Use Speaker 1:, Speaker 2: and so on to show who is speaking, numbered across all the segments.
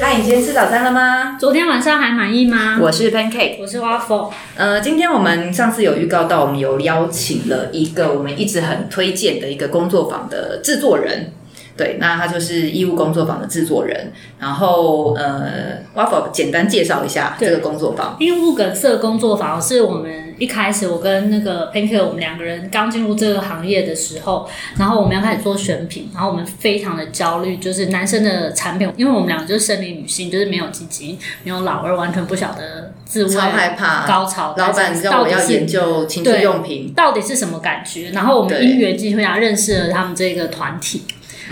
Speaker 1: 嗨，你今天吃早餐了吗？
Speaker 2: 昨天晚上还满意吗？
Speaker 1: 我是 Pancake。
Speaker 2: 我是 Waffle，
Speaker 1: 呃，今天我们上次有预告到，我们有邀请了一个我们一直很推荐的一个工作坊的制作人。对，那他就是义务工作坊的制作人。然后，呃，Waffle 简单介绍一下这
Speaker 2: 对
Speaker 1: 个工作坊。
Speaker 2: 义务梗塞工作坊是我们一开始我跟那个 Pinky 我们两个人刚进入这个行业的时候，然后我们要开始做选品，然后我们非常的焦虑，就是男生的产品，因为我们两个就是生理女性，就是没有鸡鸡，没有老二，完全不晓得自慰
Speaker 1: 超
Speaker 2: 啊
Speaker 1: 害怕
Speaker 2: 高潮，
Speaker 1: 老板
Speaker 2: 到
Speaker 1: 叫我
Speaker 2: 底
Speaker 1: 要
Speaker 2: 是
Speaker 1: 研究情趣用品，
Speaker 2: 到底是什么感觉？然后我们
Speaker 1: 对
Speaker 2: 因缘际会啊，认识了他们这个团体。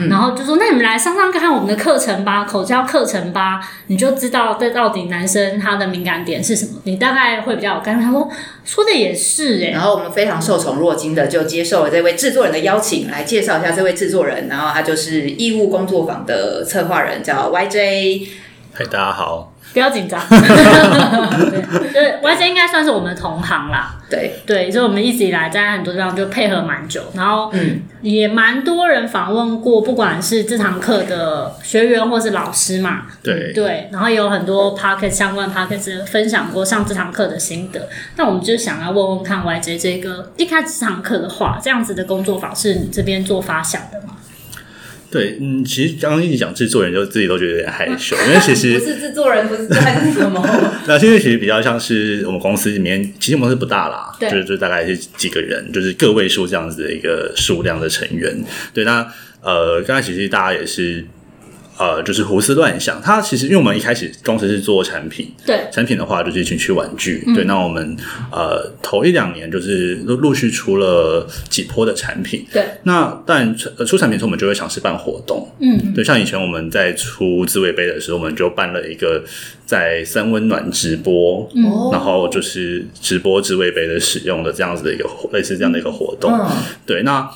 Speaker 2: 然后就说，那你们来上上看看我们的课程吧，口交课程吧，你就知道这到底男生他的敏感点是什么，你大概会比较有感觉。他说说的也是哎、
Speaker 1: 然后我们非常受宠若惊的就接受了这位制作人的邀请，来介绍一下这位制作人。然后他就是义务工作坊的策划人，叫 YJ。
Speaker 3: 嗨，大家好，
Speaker 2: 不要紧张。对，就是 YJ 应该算是我们的同行啦，
Speaker 1: 对，
Speaker 2: 对，所以我们一直以来在很多地方就配合蛮久，然后
Speaker 1: 嗯
Speaker 2: 也蛮多人访问过，不管是这堂课的学员或是老师嘛，嗯
Speaker 3: 对，
Speaker 2: 对，然后也有很多 p o c k e t 相关 p o c k e t 分享过上这堂课的心得。那我们就想要问问看 YJ 这个一开始这堂课的话，这样子的工作坊是你这边做发想的吗？
Speaker 3: 对，嗯，其实刚刚一讲制作人，就自己都觉得有点害羞，因为其
Speaker 1: 不
Speaker 3: 实
Speaker 1: 是制作人，不是还是什 么？
Speaker 3: 那现在其实比较像是我们公司里面，其实我们公司不大啦，
Speaker 2: 对
Speaker 3: 就是就大概是几个人，就是个位数这样子的一个数量的成员。对，那呃，刚开始其实大家也是。呃，就是胡思乱想。他其实，因为我们一开始公司是做产品，
Speaker 2: 对，
Speaker 3: 产品的话就是情趣玩具，
Speaker 2: 嗯
Speaker 3: 对。那我们呃头一两年就是陆陆续出了几波的产品，
Speaker 2: 对，
Speaker 3: 那但呃出产品的时候，我们就会尝试办活动，
Speaker 2: 嗯，
Speaker 3: 对，像以前我们在出自慰杯的时候，我们就办了一个在三温暖直播，
Speaker 1: 哦
Speaker 2: 嗯
Speaker 3: 然后就是直播自慰杯的使用的这样子的一个活类似这样的一个活动，
Speaker 1: 嗯，
Speaker 3: 对，那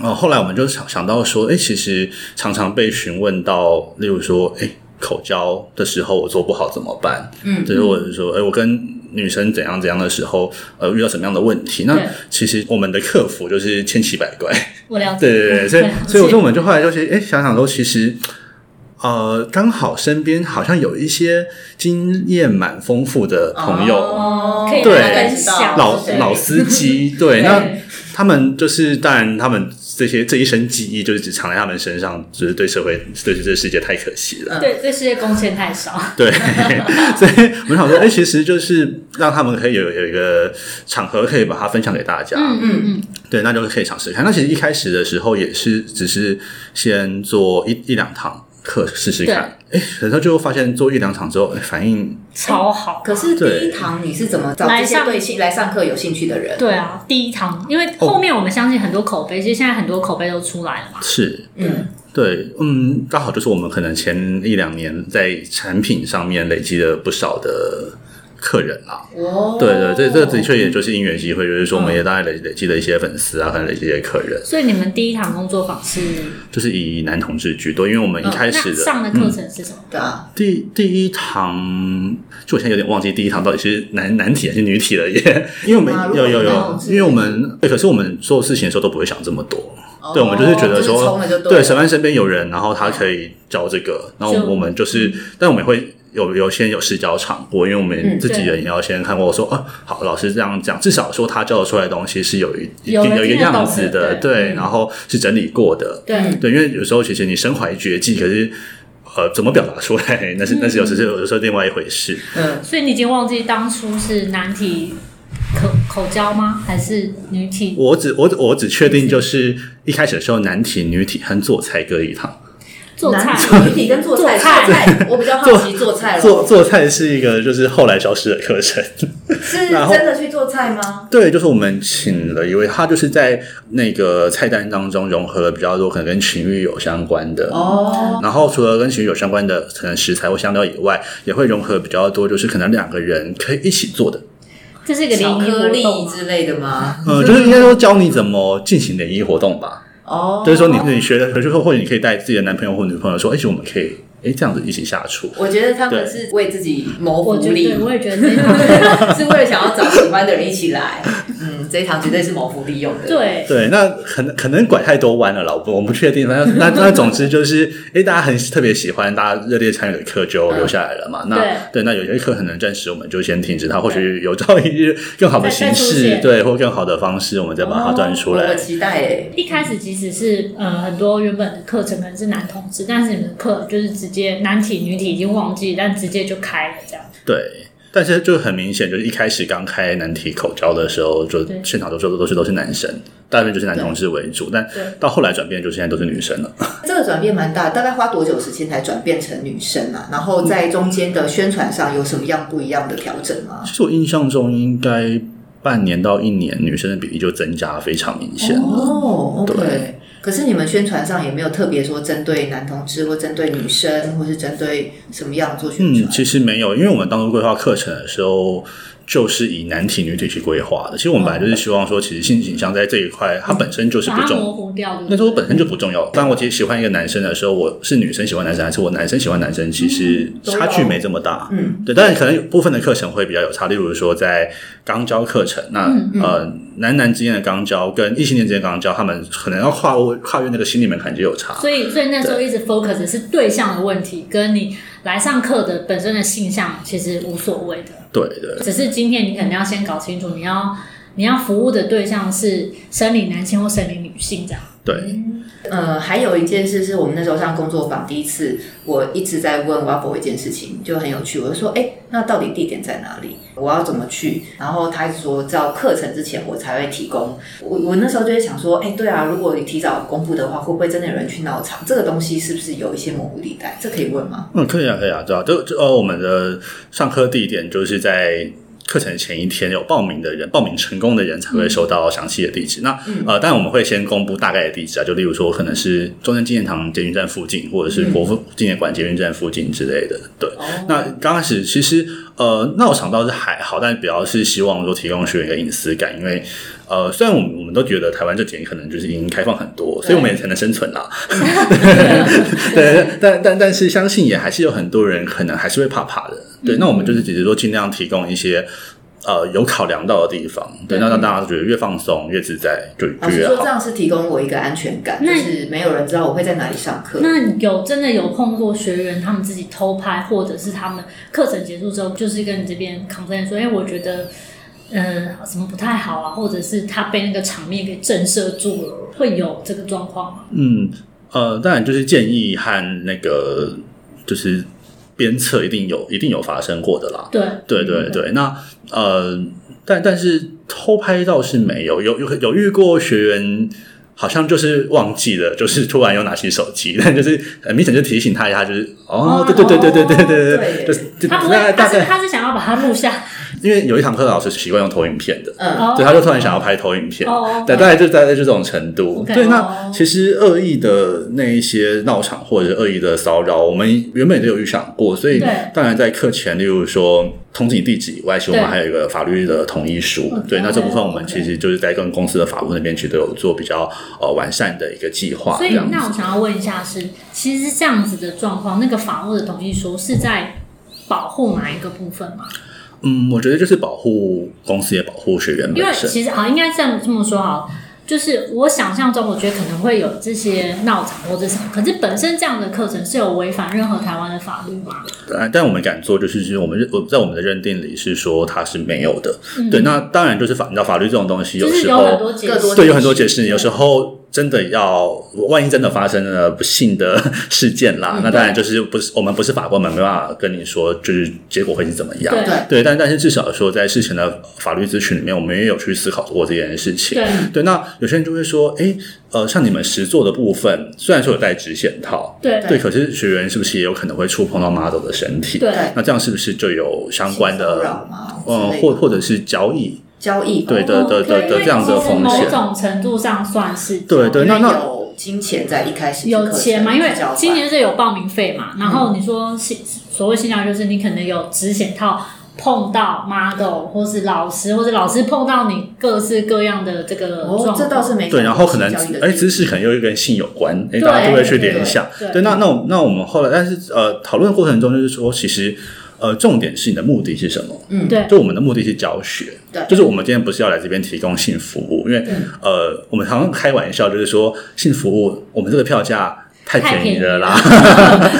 Speaker 3: 呃后来我们就想想到说，哎，其实常常被询问到，例如说，哎，口交的时候我做不好怎么办？
Speaker 1: 嗯
Speaker 3: 就是或者是说，哎，我跟女生怎样怎样的时候，呃，遇到什么样的问题？那
Speaker 2: 对
Speaker 3: 其实我们的客服就是千奇百怪，
Speaker 2: 我了解。
Speaker 3: 对对对，所
Speaker 2: 对
Speaker 3: 以所以我 说我们就后来就是，哎，想想说其实。呃，刚好身边好像有一些经验蛮丰富的朋友，
Speaker 1: 哦
Speaker 2: 可以
Speaker 3: 对
Speaker 2: 来分享
Speaker 3: 老
Speaker 2: 对
Speaker 3: 老司机，对，
Speaker 1: 对
Speaker 3: 那他们就是当然，他们这些这一身技艺就是只藏在他们身上，就是对社会、对这个世界太可惜了。
Speaker 2: 对，对世界贡献太少。
Speaker 3: 对， 所以我们想说，哎、其实就是让他们可以有有一个场合，可以把它分享给大家。
Speaker 2: 嗯嗯嗯，
Speaker 3: 对，那就可以尝试看。那其实一开始的时候也是只是先做一一两堂课试试看，哎、然后就发现做一两场之后，哎诶反应
Speaker 2: 超好。
Speaker 1: 可是第
Speaker 3: 对
Speaker 1: 一堂你是怎么找
Speaker 2: 来
Speaker 1: 这些
Speaker 2: 上
Speaker 1: 对兴来上课有兴趣的人？
Speaker 2: 对啊，第一堂，因为后面我们相信很多口碑，其实现在很多口碑都出来了嘛。
Speaker 3: 是
Speaker 1: 嗯，
Speaker 3: 对，嗯，刚好就是我们可能前一两年在产品上面累积了不少的客人啦。
Speaker 1: 哦，嗯
Speaker 3: 对对，这这的确也就是因缘机会，就是说我们也大概累累积了一些粉丝啊，可能累积一些客人，
Speaker 2: 所以你们第一堂工作坊是
Speaker 3: 就是以男同志居多，因为我们一
Speaker 1: 嗯
Speaker 3: 开始
Speaker 2: 那
Speaker 3: 的、嗯
Speaker 2: 上的课程是什么？
Speaker 1: 对啊，
Speaker 3: 第第一堂，就我现在有点忘记第一堂到底是男男体还是女体了耶， 因为我们
Speaker 1: 啊如果
Speaker 3: 有有
Speaker 1: 男同
Speaker 3: 有，
Speaker 1: 志
Speaker 3: 因为我们对，可是我们做事情的时候都不会想这么多，
Speaker 1: 哦
Speaker 3: 对，我们就是觉得
Speaker 1: 就是
Speaker 3: 说
Speaker 1: 冲了就，对了
Speaker 3: 对，沈曼身边有人，然后他可以教这个，然后
Speaker 2: 就嗯
Speaker 3: 我们就是，但我们也会有有先有试教场过，因为我们自己人也要先看过，说啊，好，老师这样讲，至少说他教得出来的东西是有一一
Speaker 2: 有
Speaker 3: 定
Speaker 2: 人
Speaker 3: 有一个
Speaker 2: 听得懂
Speaker 3: 样子
Speaker 2: 的
Speaker 3: 的，
Speaker 2: 对嗯
Speaker 3: 对，然后是整理过的，
Speaker 2: 对，
Speaker 3: 对，因为有时候其实你身怀绝技，可是。呃，怎么表达出来？那是那
Speaker 2: 嗯
Speaker 3: 是有时是有时候另外一回事。
Speaker 1: 嗯，
Speaker 2: 所以你已经忘记当初是男体口口交吗？还是女体？
Speaker 3: 我只我我只确定就是一开始的时候，男体、女体和做菜各一堂。
Speaker 2: 做菜
Speaker 1: 男？女体跟做菜，
Speaker 2: 做菜
Speaker 1: 菜，我比较好奇做菜
Speaker 3: 做
Speaker 1: 了，
Speaker 3: 做菜是一个就是后来消失的课程。
Speaker 1: 是
Speaker 3: 然后
Speaker 1: 真的去做菜吗？
Speaker 3: 对，就是我们请了一位，他就是在那个菜单当中融合了比较多可能跟情欲有相关的。
Speaker 1: 哦，
Speaker 3: 然后除了跟情欲有相关的可能食材或香料以外，也会融合比较多，就是可能两个人可以一起做的。
Speaker 2: 这是一个
Speaker 1: 巧
Speaker 2: 联谊
Speaker 1: 克
Speaker 2: 活动
Speaker 1: 力
Speaker 2: 吗
Speaker 1: 之类的吗？
Speaker 3: 呃，就是应该说教你怎么进行联谊活动吧。
Speaker 1: 哦，
Speaker 3: 就是说你你学的，就是说或者你可以带自己的男朋友或女朋友说，哎，其实我们可以哎，这样子一起下厨。
Speaker 1: 我觉得他们
Speaker 3: 对
Speaker 1: 是为自己谋
Speaker 2: 我
Speaker 1: 福
Speaker 2: 觉
Speaker 1: 利，
Speaker 2: 得，我也觉得那 种
Speaker 1: 是为了想要找喜欢的人一起来。嗯，这一堂绝对是谋福利用的。，
Speaker 2: 对，
Speaker 3: 对，那可能可能拐太多弯了啦，我不我不确定。那那那 总之就是，诶，大家很特别喜欢，大家热烈参与的课就留下来了嘛。那
Speaker 2: 嗯对
Speaker 3: 那有些课可能暂时我们就先停止它，或许有朝一日更好的形
Speaker 2: 再再
Speaker 3: 式，
Speaker 2: 出现哦
Speaker 3: 对，或更好的方式，我们再把它端出
Speaker 1: 我
Speaker 3: 来。
Speaker 1: 我期待诶。
Speaker 2: 一开始即使是呃很多原本的课程可能是男同志，但是你们的课就是直接男体女体已经忘记，但直接就开了这样。
Speaker 3: 对。但是就很明显，就是一开始刚开难题口交的时候，就
Speaker 2: 对
Speaker 3: 现场都说都是都是男生，大部分就是男同志为主，但
Speaker 2: 对
Speaker 3: 到后来转变就现在都是女生了。
Speaker 1: 这个转变蛮大，大概花多久时间才转变成女生啊？然后在中间的宣传上有什么样不一样的调整吗？
Speaker 3: 其实我印象中应该半年到一年，女生的比例就增加非常明显。
Speaker 1: 哦
Speaker 3: 对
Speaker 1: ，OK。可是你们宣传上也没有特别说针对男同志或针对女生，或是针对什么样做宣传？
Speaker 3: 嗯，其实没有，因为我们当初规划课程的时候，就是以男体女体去规划的。其实我们本来就是希望说，其实性倾向在这一块，它本身就是不
Speaker 2: 把它模
Speaker 3: 重。
Speaker 2: 糊掉，对不对
Speaker 3: 那时候本身就不重要。当我其实喜欢一个男生的时候，我是女生喜欢男生，还是我男生喜欢男生，其实
Speaker 1: 都有
Speaker 3: 差距没这么大。
Speaker 1: 嗯，
Speaker 3: 对，当然可能有部分的课程会比较有差，例如说在肛交课程，那、呃男男之间的肛交跟异性恋之间的肛交，他们可能要跨过跨越那个心理门槛就有差。
Speaker 2: 所以，所以那时候一直 focus 的是对象的问题，跟你来上课的本身的性向其实无所谓的。
Speaker 3: 对对
Speaker 2: 只是今天你可能要先搞清楚，你要你要服务的对象是生理男性或生理女性这样。
Speaker 3: 对，
Speaker 1: 呃，还有一件事是我们那时候上工作坊第一次，我一直在问 Waffle 一件事情，就很有趣。我就说，哎、那到底地点在哪里？我要怎么去？然后他说，到课程之前我才会提供。我我那时候就会想说，哎、对啊，如果你提早公布的话，会不会真的有人去闹场？这个东西是不是有一些模糊地带？这可以问吗？
Speaker 3: 嗯，可以啊，可以啊，对啊，就就呃，我们的上课地点就是在。课程前一天有报名的人，报名成功的人才会收到详细的地址。那呃，但我们会先公布大概的地址啊，就例如说可能是中正纪念堂捷运站附近，或者是国父纪念馆捷运站附近之类的。对，
Speaker 1: 哦
Speaker 3: 那刚开始其实呃闹场倒是还好，但比较是希望说提供学员一个隐私感，因为呃虽然我们我们都觉得台湾这几年可能就是已经开放很多，所以我们也才能生 存啦。对，但但但是相信也还是有很多人可能还是会怕怕的。对，那我们
Speaker 1: 嗯
Speaker 3: 就是只是说尽量提供一些。呃，有考量到的地方，对，那让大家觉得越放松越自在，就
Speaker 1: 嗯老
Speaker 3: 就
Speaker 1: 实
Speaker 3: 越
Speaker 1: 说，这
Speaker 3: 好。
Speaker 1: 样是提供我一个安全感，就
Speaker 2: 那
Speaker 1: 是没有人知道我会在哪里上课。
Speaker 2: 那有真的有碰过学员他们自己偷拍，或者是他们课程结束之后，就是跟你这边 complain 说，哎、我觉得。呃，什么不太好啊，或者是他被那个场面给震慑住了，会有这个状况吗？
Speaker 3: 嗯，呃，当然就是建议和那个就是鞭策一定有一定有发生过的啦。
Speaker 2: 对，
Speaker 3: 对对对，那呃，但但是偷拍倒是没有，有有有遇过学员。好像就是忘记了，就是突然又拿起手机， 但就是很明显就提醒他一下，就是哦
Speaker 2: 哦，
Speaker 3: 对对对对对对对
Speaker 1: 对
Speaker 3: 就是就
Speaker 2: 他不
Speaker 3: 大
Speaker 2: 会，
Speaker 3: 概
Speaker 2: 他
Speaker 3: 大
Speaker 2: 是
Speaker 3: 概，
Speaker 2: 他是想要把它录 下，
Speaker 3: 因为有一堂课老师习惯用投影片的，
Speaker 1: 嗯，
Speaker 2: 哦
Speaker 3: 对，他就突然想要拍投影片，
Speaker 2: 哦
Speaker 3: 对，大概就大概就这种程度。
Speaker 2: OK
Speaker 3: 对，
Speaker 2: 哦
Speaker 3: 那其实恶意的那一些闹场或者是恶意的骚扰，我们原本也都有预想过，所以
Speaker 2: 对
Speaker 3: 当然在课前，例如说通知你地址以外，其实我们
Speaker 2: 对
Speaker 3: 还有一个法律的同意书。
Speaker 2: 嗯哦 OK
Speaker 3: 对，那这部分我们其实就是在跟公司的法务那边去都有做比较呃完善的一个计划，
Speaker 2: 所
Speaker 3: 这
Speaker 2: 以，
Speaker 3: 样
Speaker 2: 那我
Speaker 3: 子。
Speaker 2: 想要问一下是，其实这样子的状况，那个法务的同意书是在保护哪一个部分吗？
Speaker 3: 嗯，我觉得就是保护公司也保护学员
Speaker 2: 因为
Speaker 3: 本身。
Speaker 2: 其实好，应该这样这么说好，就是我想象中，我觉得可能会有这些闹场或者什么，可是本身这样的课程是有违反任何台湾的法律吗？
Speaker 3: 但但我们敢做，就是就是我们认我在我们的认定里是说它是没有的。对，那当然就是法，你知道法律这种东西，
Speaker 2: 嗯就
Speaker 3: 有
Speaker 2: 是
Speaker 3: 时
Speaker 2: 有
Speaker 3: 候
Speaker 2: 很多解
Speaker 1: 各多
Speaker 2: 释，
Speaker 3: 对，有很多解释，有时候真的要，万一真的发生了不幸的事件啦，那当然就是不是我们不是法官们，没办法跟你说就是结果会是怎么样。
Speaker 2: 对
Speaker 1: 对
Speaker 3: 对，但但是至少说，在事前的法律咨询里面，我们也有去思考过这件事情。
Speaker 2: 对
Speaker 3: 对，那有些人就会说，诶，呃，像你们实做的部分，虽然说有戴指险套，
Speaker 2: 对
Speaker 3: 对，可是学员是不是也有可能会触碰到 model 的身体？
Speaker 2: 对
Speaker 3: 那这样是不是就有相关
Speaker 1: 骚
Speaker 3: 的
Speaker 1: 扰，吗？
Speaker 3: 嗯，
Speaker 1: 之类的
Speaker 3: 或或者是交易？
Speaker 1: 交易
Speaker 3: 对的的的的这样的风
Speaker 2: 某
Speaker 3: 险
Speaker 2: 种程度上算是
Speaker 3: 对对，那
Speaker 1: 因为
Speaker 3: 那
Speaker 1: 有金钱在一开始
Speaker 2: 有钱嘛，因为今
Speaker 1: 今嗯
Speaker 2: 年是有报名费嘛，然后你说性所谓性教育就是你可能有纸险套碰到 model 或是老师，或者老师碰到你各式各样的这个状
Speaker 1: 哦
Speaker 2: 况，，
Speaker 1: 这倒是没
Speaker 3: 对，然后可能
Speaker 1: 想过性教育的
Speaker 3: 哎，
Speaker 1: 定义
Speaker 3: 知识可能又跟性有关，
Speaker 2: 对
Speaker 3: 哎，大家就会去联想。
Speaker 2: 对对
Speaker 3: 对，那那我那我们后来，但是呃，讨论的过程中就是说，其实呃，重点是你的目的是什么？
Speaker 1: 嗯
Speaker 2: 对
Speaker 3: 就我们的目的是教学，
Speaker 1: 对
Speaker 3: 就是我们今天不是要来这边提供性服务，因为
Speaker 1: 嗯
Speaker 3: 呃，我们常常开玩笑，就是说性服务，我们这个票价太
Speaker 2: 太
Speaker 3: 便宜
Speaker 2: 便宜
Speaker 3: 了啦，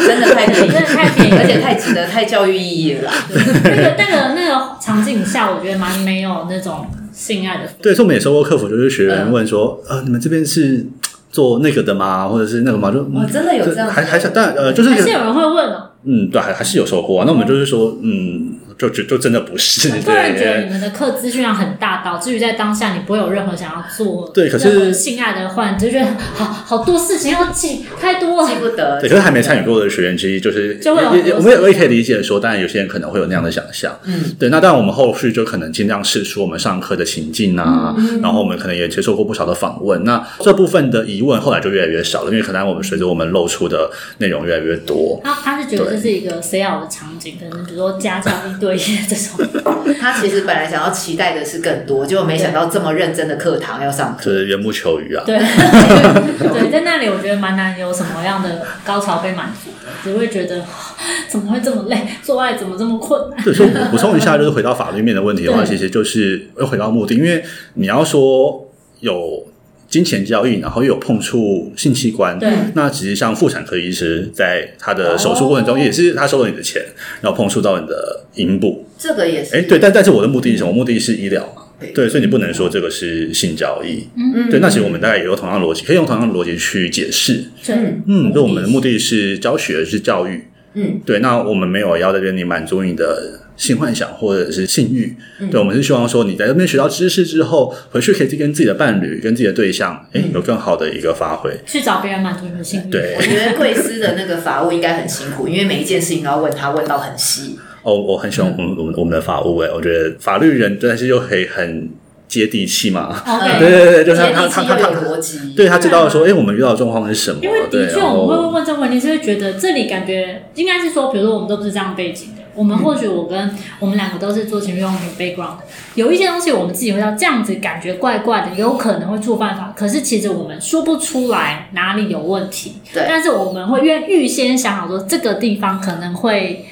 Speaker 1: 真的太便宜，
Speaker 2: 真的太便宜
Speaker 1: 而且太值得太教育意义了啦。
Speaker 2: 那个那个那个场景下，我觉得蛮没有那种性爱的。
Speaker 3: 对，所以我们也收过客服，就是学
Speaker 1: 嗯
Speaker 3: 员问说，呃，你们这边是做那个的吗？或者是那个吗？就、嗯
Speaker 1: 哦真的有这样子
Speaker 3: 还还是但呃，就是
Speaker 2: 还是有人会问哦，
Speaker 3: 嗯，对，还还是有收获啊。那我们就是说，嗯，就就就真的不是，
Speaker 2: 我个人觉得
Speaker 3: 对
Speaker 2: 你们的课资讯量很大，导致于在当下你不会有任何想要做
Speaker 3: 对可是
Speaker 2: 任何性爱的患，者，就觉得好好多事情要记，太多
Speaker 1: 记
Speaker 2: 了。
Speaker 1: 不得，
Speaker 3: 对，可是还没参与过的学员，其实就是
Speaker 2: 就会有
Speaker 3: 也
Speaker 2: 很
Speaker 3: 也
Speaker 2: 多
Speaker 3: 我们也
Speaker 2: 想
Speaker 3: 我也可以
Speaker 2: 象
Speaker 3: 理解说，当然有些人可能会有那样的想象，
Speaker 1: 嗯，
Speaker 3: 对。那但我们后续就可能尽量试出我们上课的情境啊，
Speaker 2: 嗯
Speaker 3: 然后我们可能也接受过不少的访问，那这部分的疑问后来就越来越少了，因为可能我们随着我们露出的内容越来越多，
Speaker 2: 他他是觉得这是一个 C L 的场景，可能比如说家教一对一这种，
Speaker 1: 他其实本来想要期待的是更多，结果没想到这么认真的课堂要上课。
Speaker 3: 就是缘木求鱼啊。
Speaker 2: 对对，在那里我觉得蛮难有什么样的高潮被满足的，只会觉得 怎么会这么累，做爱怎么这么困难？
Speaker 3: 对，所以我补充一下，就是回到法律面的问题的话，
Speaker 2: 对
Speaker 3: 其实就是又回到目的，因为你要说有金钱交易，然后又有碰触性器官，
Speaker 2: 对
Speaker 3: 那其实像妇产科医师在他的手术过程中，
Speaker 1: 哦
Speaker 3: 也是他收了你的钱，然后碰触到你的阴部，
Speaker 1: 这个也是，
Speaker 3: 哎，对，但但是我的目的是什么？目的是医疗嘛
Speaker 1: 对，
Speaker 3: 对，所以你不能说这个是性交易，
Speaker 1: 嗯，
Speaker 3: 对，那其实我们大概也有同样的逻辑，可以用同样的逻辑去解释，
Speaker 2: 对，
Speaker 3: 嗯，对，我们的目的是教学，是教育。
Speaker 1: 嗯，
Speaker 3: 对，那我们没有要在这边你满足你的性幻想或者是性欲，对，我们是希望说你在这边学到知识之后，回去可以跟自己的伴侣、跟自己的对象，哎，有更好的一个发挥。
Speaker 2: 去找别人满足你的性欲。
Speaker 3: 对
Speaker 1: 我，觉得贵司的那个法务应该很辛苦，因为每一件事情都要问他，问到很细。
Speaker 3: 哦，我很喜欢我们我们我们的法务哎，我觉得法律人，但是又可以很接地气嘛。
Speaker 2: OK，
Speaker 3: 对对对，就
Speaker 1: 接
Speaker 3: 是他
Speaker 1: 地
Speaker 3: 他
Speaker 1: 气又
Speaker 3: 他
Speaker 1: 有
Speaker 3: 他，
Speaker 1: 逻辑，
Speaker 3: 对他知道说，哎，我们遇到的状况是什么
Speaker 2: 因为？
Speaker 3: 对，
Speaker 2: 的确，
Speaker 3: 然
Speaker 2: 我们会
Speaker 3: 后
Speaker 2: 问这个问题，是会觉得这里感觉应该是说，比如说我们都不是这样背景的，我
Speaker 3: 嗯
Speaker 2: 们或许我跟我们两个都是做情趣用品 background，有一些东西我们自己会要这样子感觉怪怪的，有可能会触犯法，可是其实我们说不出来哪里有问题，
Speaker 1: 对
Speaker 2: 但是我们会愿预先想好说这个地方可能会。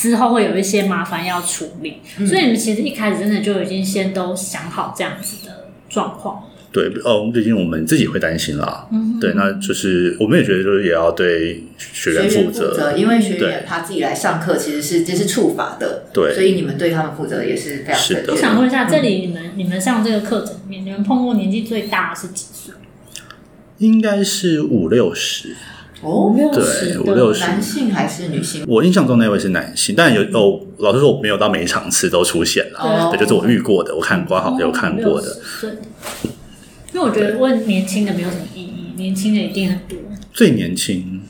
Speaker 2: 之后会有一些麻烦要处理，
Speaker 3: 嗯
Speaker 2: 所以你们其实一开始真的就已经先都想好这样子的状况。
Speaker 3: 对，哦，毕竟我们自己会担心啦。
Speaker 2: 嗯，
Speaker 3: 对，那就是我们也觉得就是也要对
Speaker 1: 学
Speaker 3: 学员
Speaker 1: 员
Speaker 3: 负
Speaker 1: 负责，因为学员
Speaker 3: 对
Speaker 1: 他自己来上课，其实是这是处罚的，
Speaker 3: 对
Speaker 1: 所以你们对他们负责也是非常
Speaker 3: 是的
Speaker 1: 正
Speaker 2: 我
Speaker 1: 确
Speaker 2: 想问一下，这里你们你们上这个课程里面，你们碰过年纪最大是几岁？
Speaker 3: 应该是五六十。
Speaker 1: 哦。
Speaker 2: 六
Speaker 3: 对
Speaker 2: 的
Speaker 3: 五六十
Speaker 1: 男性还是女性？
Speaker 3: 我印象中那位是男性，但有哦，老实说我没有到每一场次都出现了。
Speaker 2: 啊
Speaker 1: 哦
Speaker 3: 对，就是我遇过的，我看刚好有看过的。
Speaker 2: 60岁。因为我觉得问年轻的没有什么意义，年轻的一定很多。
Speaker 3: 最年轻，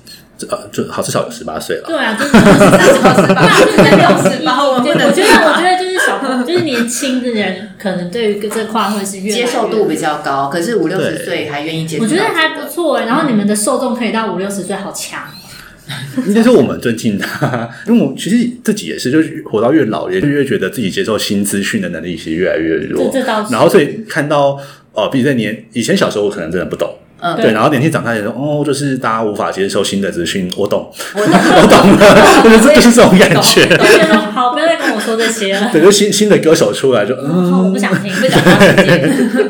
Speaker 3: 呃，就好至少有十八岁了。
Speaker 2: 对啊，就是至少
Speaker 1: 十八
Speaker 2: 六
Speaker 1: 十八我
Speaker 2: 我
Speaker 1: 们
Speaker 2: 觉
Speaker 1: 不
Speaker 2: 得
Speaker 1: 能
Speaker 2: 我觉 得就是小朋友，就是年轻的人，可能对于这块会是越来越
Speaker 1: 接受度。比较高，可是五六十
Speaker 3: 对
Speaker 1: 岁还愿意接触
Speaker 2: 我
Speaker 1: 到
Speaker 2: 觉
Speaker 1: 这个，
Speaker 2: 得还不错哎、然后你们的受众可以到五六十岁，好强！
Speaker 3: 应该是我们尊敬他，因为我其实自己也是，就是活到越老，也就越觉得自己接受新资讯的能力其实越来越弱。
Speaker 2: 这这倒是
Speaker 3: 然后所以看到哦，毕竟在年以前小时候我可能真的不懂，
Speaker 1: 嗯
Speaker 3: 对，然后年纪长大也说哦，就是大家无法接受新的资讯，我 懂，
Speaker 1: 我懂
Speaker 3: 我懂了，就是就是这种感觉。
Speaker 2: 我觉得好，不要再跟我说这些了，
Speaker 3: 对，就新新的歌手出来就嗯，
Speaker 2: 好我不想听，
Speaker 1: 不想让自己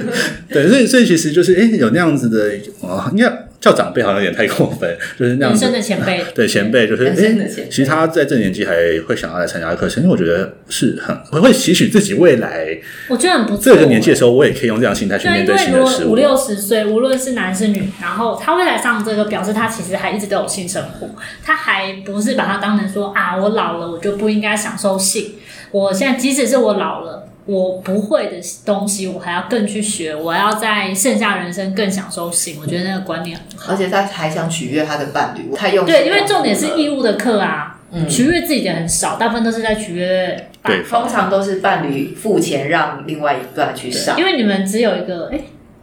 Speaker 3: 对，所以所以其实就是哎，有那样子的啊，应该叫长辈好像有点太过分，就是那样
Speaker 2: 人
Speaker 3: 子
Speaker 2: 生的前辈。
Speaker 3: 对前辈，就是哎
Speaker 1: 人生的前辈，
Speaker 3: 其实他在这年纪还会想要来参加课程，因为我觉得是很我会期许自己未来
Speaker 2: 我觉得很不错。
Speaker 3: 这个年纪的时候，我也可以用这样的心态去
Speaker 2: 对，
Speaker 3: 面
Speaker 2: 因
Speaker 3: 对
Speaker 2: 为
Speaker 3: 新
Speaker 2: 如
Speaker 3: 的事
Speaker 2: 果
Speaker 3: 物
Speaker 2: 五。六十岁，无论是男是女，然后他会来上这个，表示他其实还一直都有性生活，他还不是把它当成说啊，我老了我就不应该享受性。我现在即使是我老了，我不会的东西，我还要更去学，我要在剩下人生更享受性。我觉得那个观念很好。
Speaker 1: 而且他还想取悦他的伴侣，太用心
Speaker 2: 对，因为
Speaker 1: 了
Speaker 2: 重点是义务的课啊，取悦自己的很少，大部分都是在取悦爸
Speaker 3: 对
Speaker 1: 通常都是伴侣付钱让另外一段去上，
Speaker 2: 因为你们只有一个，哎、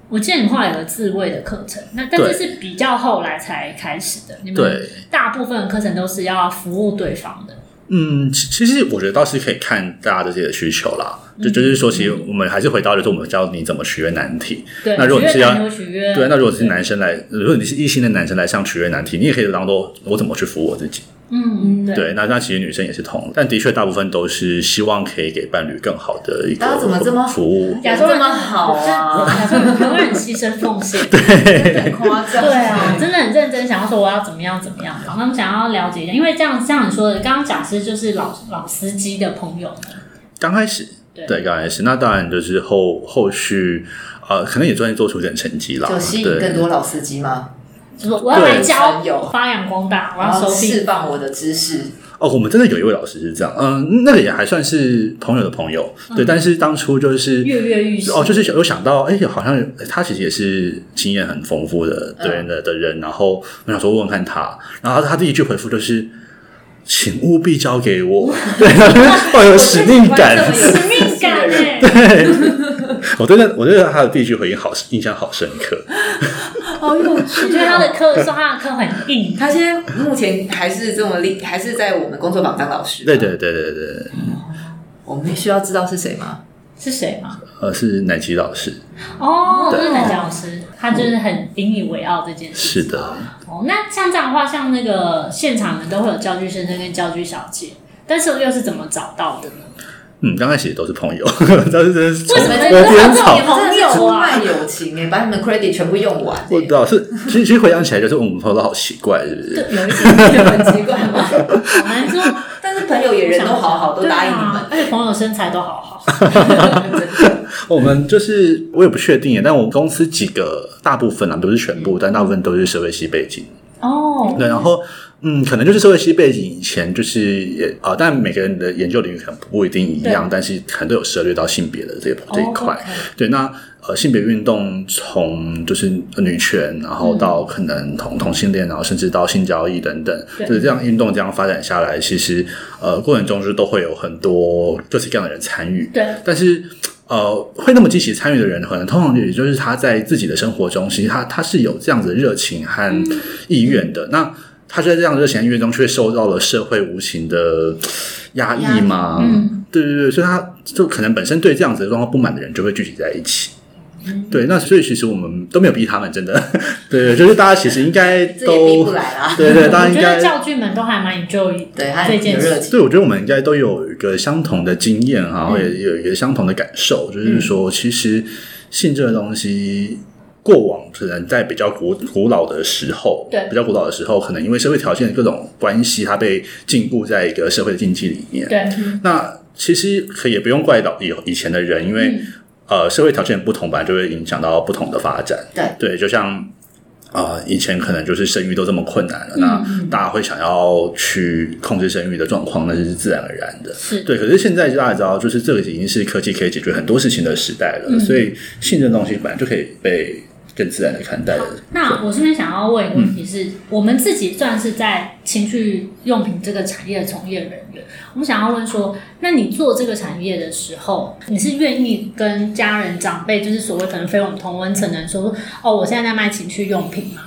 Speaker 2: 我记得你后来有个自慰的课程，那但这
Speaker 3: 对
Speaker 2: 是比较后来才开始的。你们
Speaker 3: 对
Speaker 2: 大部分的课程都是要服务对方的，
Speaker 3: 嗯，其其实我觉得倒是可以看大家的自己的需求啦。就就是说，其实我们还是回到就是我们教你怎么取悦难题。
Speaker 2: 对，
Speaker 3: 那如果你是要
Speaker 2: 取悦男友取悦，
Speaker 3: 对，那如果是男生来，如果你是异性的男生来上取悦难题，你也可以当做我怎么去服务我自己。
Speaker 2: 嗯嗯，对，
Speaker 3: 对，那那其实女生也是同，但的确大部分都是希望可以给伴侣更好的一个
Speaker 1: 大家怎么这么
Speaker 3: 服务。
Speaker 1: 亚洲人这么好啊，
Speaker 2: 亚洲人很多人牺牲奉献，
Speaker 1: 很夸张。
Speaker 2: 对啊，真的很认真想要说我要怎么样怎么样，然后他们想要了解一下，因为这样像你说的，刚刚讲师就是老老司机的朋友们，
Speaker 3: 刚开始，
Speaker 2: 对
Speaker 3: 对，刚开始，那当然就是后后续，呃，可能也终于做出点成绩啦。
Speaker 1: 就吸引
Speaker 3: 对
Speaker 1: 更多老司机吗？
Speaker 2: 就是我要来教
Speaker 1: 对有
Speaker 2: 发扬光大，我
Speaker 1: 然
Speaker 2: 要
Speaker 1: 后
Speaker 2: 收费
Speaker 1: 释放我的知识，
Speaker 3: 哦，我们真的有一位老师是这样，嗯，那个也还算是朋友的朋友，对，但是当初就是
Speaker 2: 嗯跃跃欲试
Speaker 3: 哦，就是有想到，哎、好像哎他其实也是经验很丰富的
Speaker 2: 嗯
Speaker 3: 对的、的人，然后我想说问问看他，然后他第一句回复就是。请务必交给我， 对，抱有使命感。
Speaker 1: 我最喜欢这
Speaker 2: 使命 感哎、
Speaker 3: 我对那我对他的第一句回应好印象好深刻。
Speaker 1: 好有趣哦
Speaker 2: 我觉得他的课上他的课很硬，
Speaker 1: 他现在目前还是这么厉，还是在我们工作坊当老师。
Speaker 3: 对，对对对对，
Speaker 1: 我们需要知道是谁吗？
Speaker 2: 是谁嘛？
Speaker 3: 呃，是奶吉老师，
Speaker 2: 哦，
Speaker 1: 对
Speaker 2: 就是南翔老师，他就是很引以为傲这件事。
Speaker 3: 是的，
Speaker 2: 哦，那像这样的话，像那个现场人都会有教具先生跟教具小姐，但是又是怎么找到的呢？
Speaker 3: 嗯，刚开始也都是朋友， 但是真的是从
Speaker 2: 为什么
Speaker 3: 我
Speaker 2: 这
Speaker 3: 边
Speaker 2: 这
Speaker 3: 吵
Speaker 2: 种朋
Speaker 1: 真的
Speaker 2: 友啊
Speaker 1: 是出卖友情哎，把你们 credit 全部用完。哎
Speaker 3: 我不知道是，其实其实回想起来，就是我们朋友都好奇怪，是不是？
Speaker 2: 有一 些
Speaker 1: 很奇怪吗？
Speaker 2: 好难说，
Speaker 1: 但是朋友也人都好好，都答应你们。
Speaker 2: 对啊而且朋友身材都好好。
Speaker 3: 我们就是我也不确定耶，但我们公司几个大部分啊，不是全部，但大部分都是社会系背景。
Speaker 2: 哦，
Speaker 3: 对，然后嗯，可能就是社会系背景以前就是也啊、但每个人的研究领域可能不一定一样
Speaker 2: 对，
Speaker 3: 但是可能都有涉猎到性别的这个这一块。
Speaker 2: 哦，OK
Speaker 3: 对，那呃，性别运动从就是女权，然后到可能同、同性恋，然后甚至到性交易等等，
Speaker 2: 对
Speaker 3: 就是这样运动这样发展下来，其实呃过程中就是都会有很多各式各样的人参与，
Speaker 2: 对，
Speaker 3: 但是。呃，会那么积极参与的人，可能通常也就是他在自己的生活中，其实他他是有这样子的热情和意愿的。那他就在这样的热情和意愿中，却受到了社会无情的压抑嘛？
Speaker 2: 嗯，
Speaker 3: 对对对，所以他就可能本身对这样子的状况不满的人，就会聚集在一起。对，那所以其实我们都没有逼他们，真的， 对，就是大家其实应该
Speaker 1: 这也逼
Speaker 3: 都
Speaker 1: 不，来啦。
Speaker 3: 对对，大家
Speaker 2: 我
Speaker 3: 应
Speaker 2: 觉得
Speaker 3: 该，
Speaker 2: 教具们都还蛮 enjoy
Speaker 1: 对，他
Speaker 2: 这
Speaker 1: 很有
Speaker 2: 件
Speaker 1: 热
Speaker 2: 事。
Speaker 1: 情。
Speaker 3: 对，我觉得我们应该都有一个相同的经验，
Speaker 2: 嗯
Speaker 3: 然后也有一个相同的感受，就是说，其实性这个东西。过往可能在比较古古老的时候，
Speaker 2: 对
Speaker 3: 比较古老的时候，可能因为社会条件的各种关系，它被禁锢在一个社会的禁忌里面。
Speaker 2: 对，
Speaker 3: 那其实可以也不用怪到以以前的人，因为、
Speaker 2: 嗯
Speaker 3: 呃社会条件不同，本来就会影响到不同的发展。
Speaker 1: 对
Speaker 3: 对，就像。啊、以前可能就是生育都这么困难了，
Speaker 2: 嗯
Speaker 3: 那大家会想要去控制生育的状况，那是自然而然的。
Speaker 2: 是
Speaker 3: 对，可是现在大家知道，就是这个已经是科技可以解决很多事情的时代了，
Speaker 2: 嗯
Speaker 3: 所以性这东西本来就可以被更自然的看待了。
Speaker 2: 那我这边想要问一个问题是，
Speaker 3: 嗯
Speaker 2: 我们自己算是在情趣用品这个产业的从业人员，我们想要问说，那你做这个产业的时候，你是愿意跟家人长辈，就是所谓可能非我们同温层的人说，哦，我现在在卖情趣用品嘛？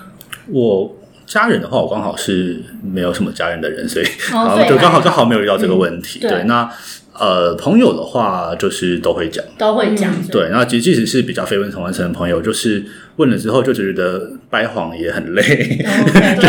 Speaker 3: 我家人的话，我刚好是没有什么家人的人，所以
Speaker 2: 哦，
Speaker 3: 好，
Speaker 2: 所以
Speaker 3: 对，刚好
Speaker 2: 还
Speaker 3: 刚好没有遇到这个问题。
Speaker 2: 嗯对
Speaker 3: 对，那呃，朋友的话就是都会讲。
Speaker 2: 都会讲、
Speaker 1: 嗯
Speaker 3: 对，那即即使是比较非问同文层的朋友，就是问了之后就觉得掰谎也很累。
Speaker 2: ，OK，就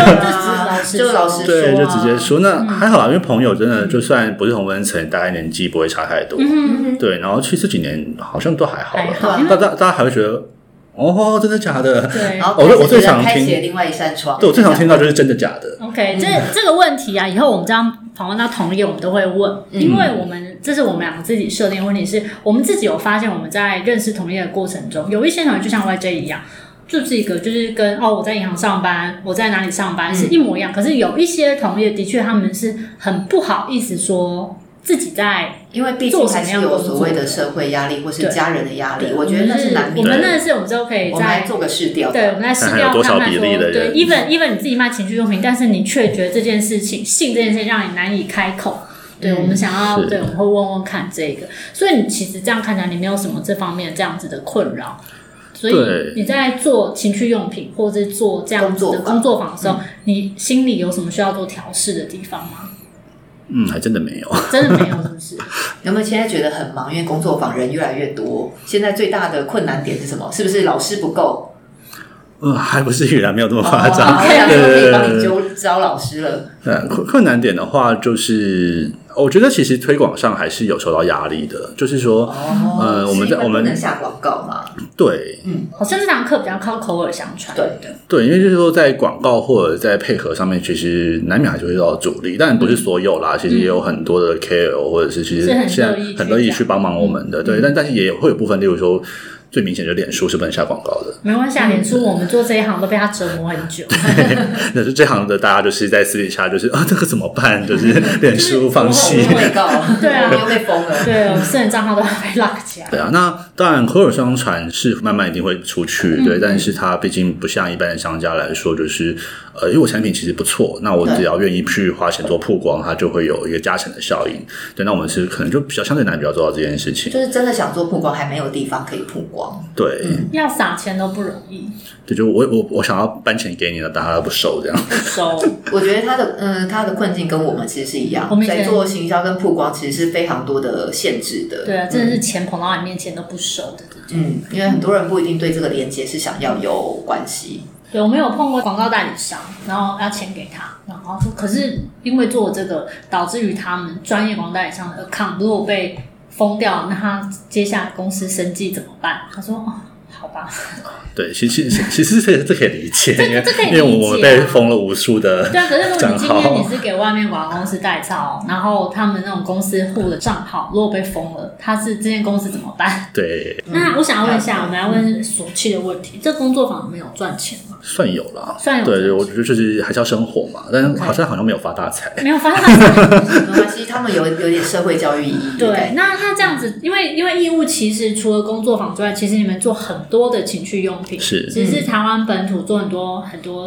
Speaker 1: 对
Speaker 2: 哦 就
Speaker 1: 啊
Speaker 2: 直
Speaker 1: 就
Speaker 2: 老
Speaker 1: 老
Speaker 2: 实
Speaker 1: 实
Speaker 2: 说
Speaker 3: 对，
Speaker 1: 说
Speaker 3: 就
Speaker 1: 啊
Speaker 3: 直接说。那还好啦，因为朋友真的就算不是同温层，大概年纪不会差太多。
Speaker 2: 嗯，哎
Speaker 3: 对，然后其实这几年好像都还好
Speaker 2: 还
Speaker 3: 了，
Speaker 2: 好，因
Speaker 3: 大
Speaker 2: 为
Speaker 3: 家大家还会觉得，哦，真的假的？
Speaker 2: 对
Speaker 1: 然。后
Speaker 3: 哦我
Speaker 1: 开始
Speaker 3: 我最
Speaker 1: 觉得
Speaker 3: 常
Speaker 1: 开
Speaker 3: 听
Speaker 1: 启了另外一扇窗。
Speaker 3: 对我最常听到就是真的假的。
Speaker 2: OK，这、
Speaker 1: 嗯
Speaker 2: 这个问题啊，以后我们这样访问到同业，我们都会问，
Speaker 1: 嗯
Speaker 2: 因为我们这是我们两个自己设定的问题是，我们自己有发现，我们在认识同业的过程中，有一些人就像 YJ 一样，就是一个就是跟哦我在银行上班，我在哪里上
Speaker 1: 嗯
Speaker 2: 班是一模一样，可是有一些同业的确他们是很不好意思说自己在
Speaker 1: 因为毕竟还是有所谓的社会压力或是家人的压力，我觉得那是难
Speaker 2: 我
Speaker 1: 免的。
Speaker 2: 们那是我们都可以
Speaker 1: 我们来
Speaker 2: 在。
Speaker 1: 做个试调，
Speaker 2: 对，我们在试
Speaker 3: 看看
Speaker 2: 掉
Speaker 3: 有多
Speaker 2: 看
Speaker 3: 少
Speaker 2: 看
Speaker 3: 比
Speaker 2: 说，
Speaker 3: 例的
Speaker 2: 对
Speaker 3: 人
Speaker 2: ，even even 你自己卖情趣用品，但是你却觉得这件事情性这件事情让你难以开口。对，
Speaker 1: 嗯
Speaker 2: 我们想要，
Speaker 3: 是
Speaker 2: 对，我们会问问看这个。所以你其实这样看起来，你没有什么这方面这样子的困扰。所以
Speaker 3: 对
Speaker 2: 你在做情趣用品或者是做这样子的工
Speaker 1: 工
Speaker 2: 作坊的时候，你心里有什么需要做调试的地方吗？
Speaker 3: 嗯，还真的没有。
Speaker 2: 真的没有，是不是？
Speaker 1: 有没有现在觉得很忙？因为工作坊人越来越多，现在最大的困难点是什么？是不是老师不够？
Speaker 3: 呃，还不至于啦，没有这么夸张。
Speaker 1: 哦我想
Speaker 3: 对
Speaker 1: 说
Speaker 3: 对
Speaker 1: 可
Speaker 3: 对
Speaker 1: 以
Speaker 3: 对
Speaker 1: 帮你
Speaker 3: 对
Speaker 1: 揪招老师了。
Speaker 3: 嗯，困困难点的话，就是我觉得其实推广上还是有受到压力的，就是说，
Speaker 1: 哦，
Speaker 3: 呃我们
Speaker 1: 是因为
Speaker 3: 在我们
Speaker 1: 不能下广告嘛？
Speaker 3: 对，
Speaker 2: 好像这堂课比较靠口耳相传。
Speaker 1: 对
Speaker 2: 的，
Speaker 3: 对，因为就是说，在广告或者在配合上面，其实难免还是会遇到阻力，但不是所有啦。其实也有很多的 KOL 或者是其实
Speaker 2: 嗯是很乐意
Speaker 3: 现在
Speaker 2: 去
Speaker 3: 很乐意
Speaker 2: 讲嗯
Speaker 3: 去帮忙我们的，对，但但是也会有部分，例如说最明显的脸书是不能下广告的，
Speaker 2: 没关系啊，脸
Speaker 3: 嗯
Speaker 2: 书我们做这一行都被他折磨很久，
Speaker 3: 那是这行的大家就是在私底下就是啊这个怎么办？ 就是脸书放弃
Speaker 1: 我。很会告，
Speaker 2: 对啊
Speaker 1: 我又被封了。
Speaker 2: 对，我们私人账号都被拉起来。
Speaker 3: 对啊，那当然口耳相传是慢慢一定会出
Speaker 2: 嗯
Speaker 3: 去，对，但是它毕竟不像一般的商家来说，就是呃，因为我产品其实不错，那我
Speaker 1: 对
Speaker 3: 只要愿意去花钱做曝光，它就会有一个加成的效应。对，那我们是可能就比较相对难比较做到这件事情。
Speaker 1: 就是真的想做曝光，还没有地方可以曝光。
Speaker 3: 对，
Speaker 2: 要撒钱都不容易，
Speaker 3: 对，就我我我想要搬钱给你了，但他不收这样。
Speaker 2: 不收。
Speaker 1: 我觉得他的嗯，他的困境跟我们其实是一样
Speaker 2: 我，们以前
Speaker 1: 在做行销跟曝光其实是非常多的限制的。
Speaker 2: 对啊，真的是钱捧到你面前都不收的。
Speaker 1: 嗯，因为很多人不一定对这个连接是想要有关系。
Speaker 2: 对，我们有碰过广告代理商，然后要钱给他，然后说，可是因为做这个，导致于他们专业广告代理商的 account 如果被封掉，那他接下来公司生计怎么办？他说，哦，好吧，
Speaker 3: 对，其实其其实这这可以理解，因为
Speaker 2: 这可以理解啊
Speaker 3: 因为我们被封了无数的
Speaker 2: 对啊，可是如果你
Speaker 3: 账
Speaker 2: 今天
Speaker 3: 号
Speaker 2: 你。是给外面广告公司代操，然后他们那种公司户的账号如果被封了，他是这间公司怎么办？嗯
Speaker 3: 对，
Speaker 2: 那我想要问一下，我们来问俗气的问题，这工作坊没有赚钱吗？
Speaker 3: 算有啦，
Speaker 2: 算有
Speaker 3: 对，我觉得就是还是要生活嘛，但是好像好像没有发大财。
Speaker 2: 没有发现。
Speaker 1: 没关系，他们有有点社会教育意义。
Speaker 2: 对，，那他这样子，因为因为义务其实除了工作坊之外，其实你们做很多的情趣用品，
Speaker 3: 是
Speaker 2: 其实是台湾本土做很多很多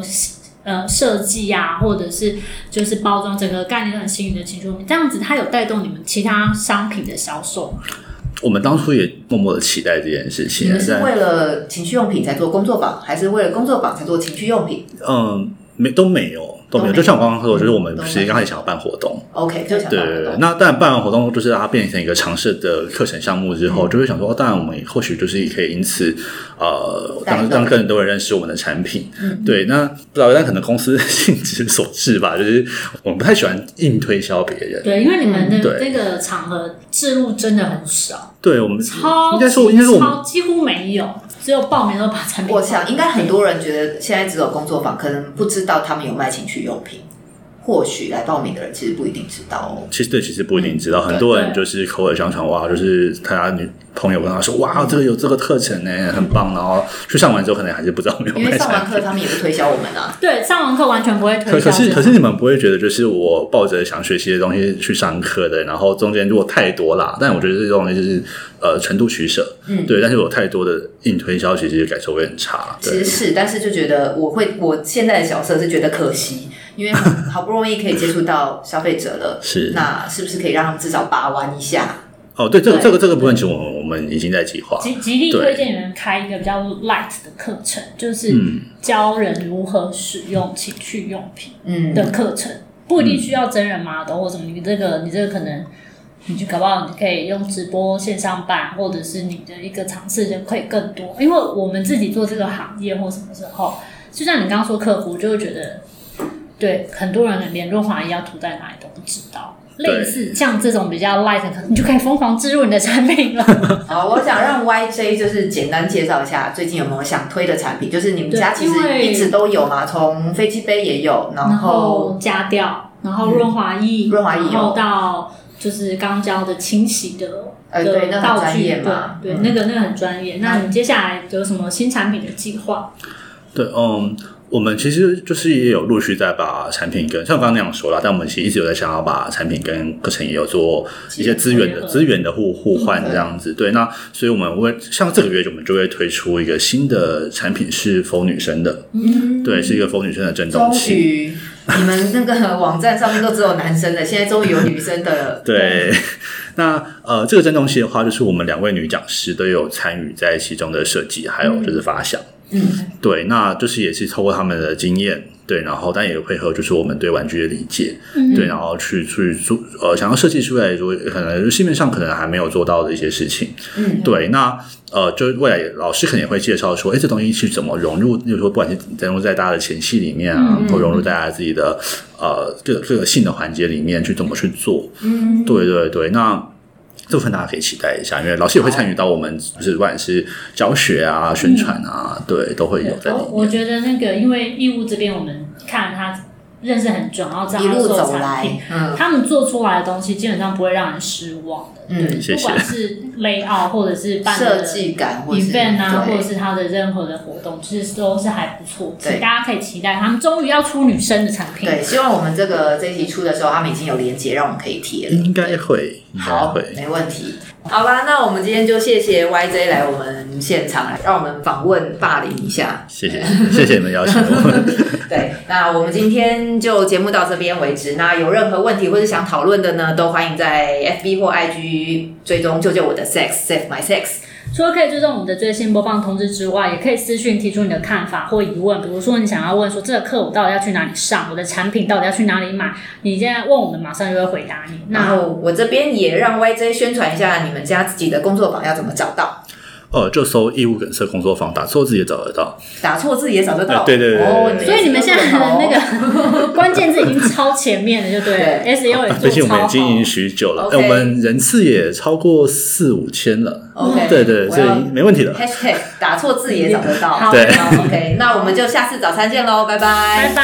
Speaker 2: 呃设计啊，或者是就是包装整个概念都很新颖的情趣用品，这样子它有带动你们其他商品的销售吗？
Speaker 3: 我们当初也默默的期待这件事情啊
Speaker 1: 你们，是
Speaker 3: 但
Speaker 1: 为了情趣用品才做工作坊，还是为了工作坊才做情趣用品
Speaker 3: 嗯，没都没有都
Speaker 1: 都
Speaker 3: 没
Speaker 1: 没有
Speaker 3: 有。就像我刚刚说，就是我们
Speaker 1: 都没有
Speaker 3: 其实刚开始想要办活动，
Speaker 1: ？OK，就想
Speaker 3: 对
Speaker 1: 到
Speaker 3: 对对。那但办完活动，就是让它变成一个尝试的课程项目之后，就会想说，哦当然我们或许就是也可以因此呃，
Speaker 1: 带
Speaker 3: 让
Speaker 1: 动
Speaker 3: 让更多人认识我们的产品。对，那不知道，但可能公司性质所致吧，就是我们不太喜欢硬推销别人。
Speaker 2: 对，因为你们
Speaker 3: 嗯
Speaker 2: 的
Speaker 3: 对
Speaker 2: 这个场合置入真的很少，
Speaker 3: 对我们
Speaker 2: 超
Speaker 3: 嗯应该说，
Speaker 2: 级
Speaker 3: 应该说我们
Speaker 2: 超几乎没有，只有报名都把产品。
Speaker 1: 我想应该很多人觉得现在只有工作坊，可能不知道他们有卖情趣用品，或许来报名的人其实不一定知道哦。
Speaker 3: 其实对，其实不一定知道，很
Speaker 1: 对
Speaker 3: 多人就是口耳相传哇，就是他女朋友跟他说哇，这个有这个课程呢，很棒，然后去上完之后可能还是不知道没有
Speaker 1: 因为
Speaker 3: 卖
Speaker 1: 上完
Speaker 3: 产
Speaker 1: 课
Speaker 3: 品。
Speaker 1: 他们也不推销我们 啊，
Speaker 2: 对，上完课完全不会推
Speaker 3: 可
Speaker 2: 销
Speaker 3: 可
Speaker 2: 这
Speaker 3: 是
Speaker 2: 个。
Speaker 3: 可是你们不会觉得就是我抱着想学习的东西去上课的，然后中间如果太多啦，但我觉得这种东西就是呃程度取舍，
Speaker 1: 嗯
Speaker 3: 对，但是有太多的硬推销，其实感受会很差，
Speaker 1: 其实
Speaker 3: 对。
Speaker 1: 是，但是就觉得我会，我现在的角色是觉得可惜，因为好不容易可以接触到消费者了，
Speaker 3: 是
Speaker 1: 那是不是可以让他们至少把玩一下？
Speaker 3: 哦，对，这个
Speaker 1: 对
Speaker 3: 这个这个部分，其实我们我们已经在计划，
Speaker 2: 极极力
Speaker 3: 对
Speaker 2: 推荐你们开一个比较 light 的课程，就是
Speaker 3: 嗯
Speaker 2: 教人如何使用情趣用品
Speaker 1: 嗯，
Speaker 2: 的课程，不
Speaker 3: 嗯
Speaker 2: 一定需要真人 model 或什么。你这个你这个可能，你就搞不好你可以用直播线上办，或者是你的一个尝试就可以更多。因为我们自己做这个行业或什么时候，就像你刚刚说客服，就会觉得，对很多人连润滑液要涂在哪里都不知道。
Speaker 3: 对
Speaker 2: 类似像这种比较 light 的课，你就可以疯狂置入你的产品了。
Speaker 1: 好，我想让 YJ 就是简单介绍一下最近有没有想推的产品，就是你们
Speaker 2: 对
Speaker 1: 家其
Speaker 2: 因
Speaker 1: 实
Speaker 2: 为
Speaker 1: 一直都有嘛，从飞机杯也有，然
Speaker 2: 然
Speaker 1: 后
Speaker 2: 后加掉，然后润滑
Speaker 1: 嗯
Speaker 2: 液，
Speaker 1: 润滑液有
Speaker 2: 然后到就是刚教的清洗的。
Speaker 1: 呃
Speaker 2: 的
Speaker 1: 对那很
Speaker 2: 道
Speaker 1: 专
Speaker 2: 具
Speaker 1: 业嘛
Speaker 2: 对，
Speaker 1: 嗯
Speaker 2: 对那个那个很专业。那你接下来有什么新产品的计划？
Speaker 3: 对，嗯，我们其实就是也有陆续在把产品跟像刚刚那样说啦，但我们其实一直有在想要把产品跟课程也有做一些资源
Speaker 2: 结合
Speaker 3: 的资源的互互换这样子。对，那所以我们会像这个月我们就会推出一个新的产品是否女生的，
Speaker 1: 嗯，
Speaker 3: 对，是一个否女生的震动
Speaker 1: 终
Speaker 3: 器。
Speaker 1: 于你们那个网站上面都只有男生的，现在终于有女生的了。
Speaker 3: 对， 那呃，这个震动器的话，就是我们两位女讲师都有参与在其中的设计，还有就是发想。
Speaker 1: 嗯，
Speaker 3: 对，那就是也是透过他们的经验，对，然后但也配合就是我们对玩具的理解，
Speaker 2: 嗯
Speaker 3: 对，然后去去做呃，想要设计出来说，可能市面上可能还没有做到的一些事情，
Speaker 1: 嗯，
Speaker 3: 对，那呃，就是未来老师肯定会介绍说，哎，这东西是怎么融入，例如说不管是融入在大家的前戏里面啊，
Speaker 1: 嗯
Speaker 3: 或融入在大家自己的呃各各个性的环节里面去怎么去做，
Speaker 1: 嗯，
Speaker 3: 对对对，那这部分大家可以期待一下，因为老师也会参与到我们，就是不管是教学啊、宣传啊，对，都会有在里
Speaker 2: 我我
Speaker 3: 面。
Speaker 2: 觉得那个，因为义乌这边我们看他认识很准，然后知道
Speaker 1: 一
Speaker 2: 他
Speaker 1: 路
Speaker 2: 做的
Speaker 1: 走
Speaker 2: 产品
Speaker 1: 来，，嗯
Speaker 2: 他们做出来的东西基本上不会让人失望的。
Speaker 1: 嗯，
Speaker 3: 谢谢
Speaker 2: 不管是 layout 或者是办
Speaker 1: 设
Speaker 2: 的
Speaker 1: 计感或是
Speaker 2: event 啊，或者
Speaker 1: 对
Speaker 2: 是他的任何的活动，其实都是还不错，
Speaker 1: 对
Speaker 2: 请大家可以期待他们终于要出女生的产品。
Speaker 1: 对，希望我们这个这一集出的时候，他们已经有连接，让我们可以贴了。
Speaker 3: 应该会，应该
Speaker 1: 好
Speaker 3: 会。，
Speaker 1: 没问题。好啦，那我们今天就谢谢 YJ 来我们现场，让我们访问霸凌一下。
Speaker 3: 谢谢，谢谢你们邀请我。
Speaker 1: 对，那我们今天就节目到这边为止。那有任何问题或者想讨论的呢，都欢迎在 FB 或 IG 追踪救救我的 sex save my sex。
Speaker 2: 除了可以追踪我们的最新播放通知之外，也可以私讯提出你的看法或疑问，比如说你想要问说这个课我到底要去哪里上，我的产品到底要去哪里买，你现在问我们，马上就会回答你。
Speaker 1: 然
Speaker 2: 那
Speaker 1: 后我这边也让 YJ 宣传一下你们家自己的工作坊要怎么找到，
Speaker 3: 哦，就搜义务梗塞工作坊，打错字也找得到。
Speaker 1: 打错字也找得到。
Speaker 3: 哎对对对对
Speaker 1: 哦
Speaker 3: 对对
Speaker 2: 所以你们现在的那个关键字已经超前面了，就对了
Speaker 1: 对
Speaker 2: ，S U 也
Speaker 3: 毕
Speaker 2: 做
Speaker 3: 竟我
Speaker 2: 超
Speaker 3: 们也
Speaker 2: 好。
Speaker 3: 经营许久了，
Speaker 1: OK
Speaker 3: 哎我们人次也超过四五千了。
Speaker 1: OK，
Speaker 3: 对对，
Speaker 1: 哦我
Speaker 3: 所以
Speaker 1: 要
Speaker 3: 没问题的。
Speaker 1: Hashtag 打错字也找得到。
Speaker 2: 好
Speaker 3: 对
Speaker 1: 好，OK，那我们就下次早餐见喽，拜拜。
Speaker 2: 拜拜。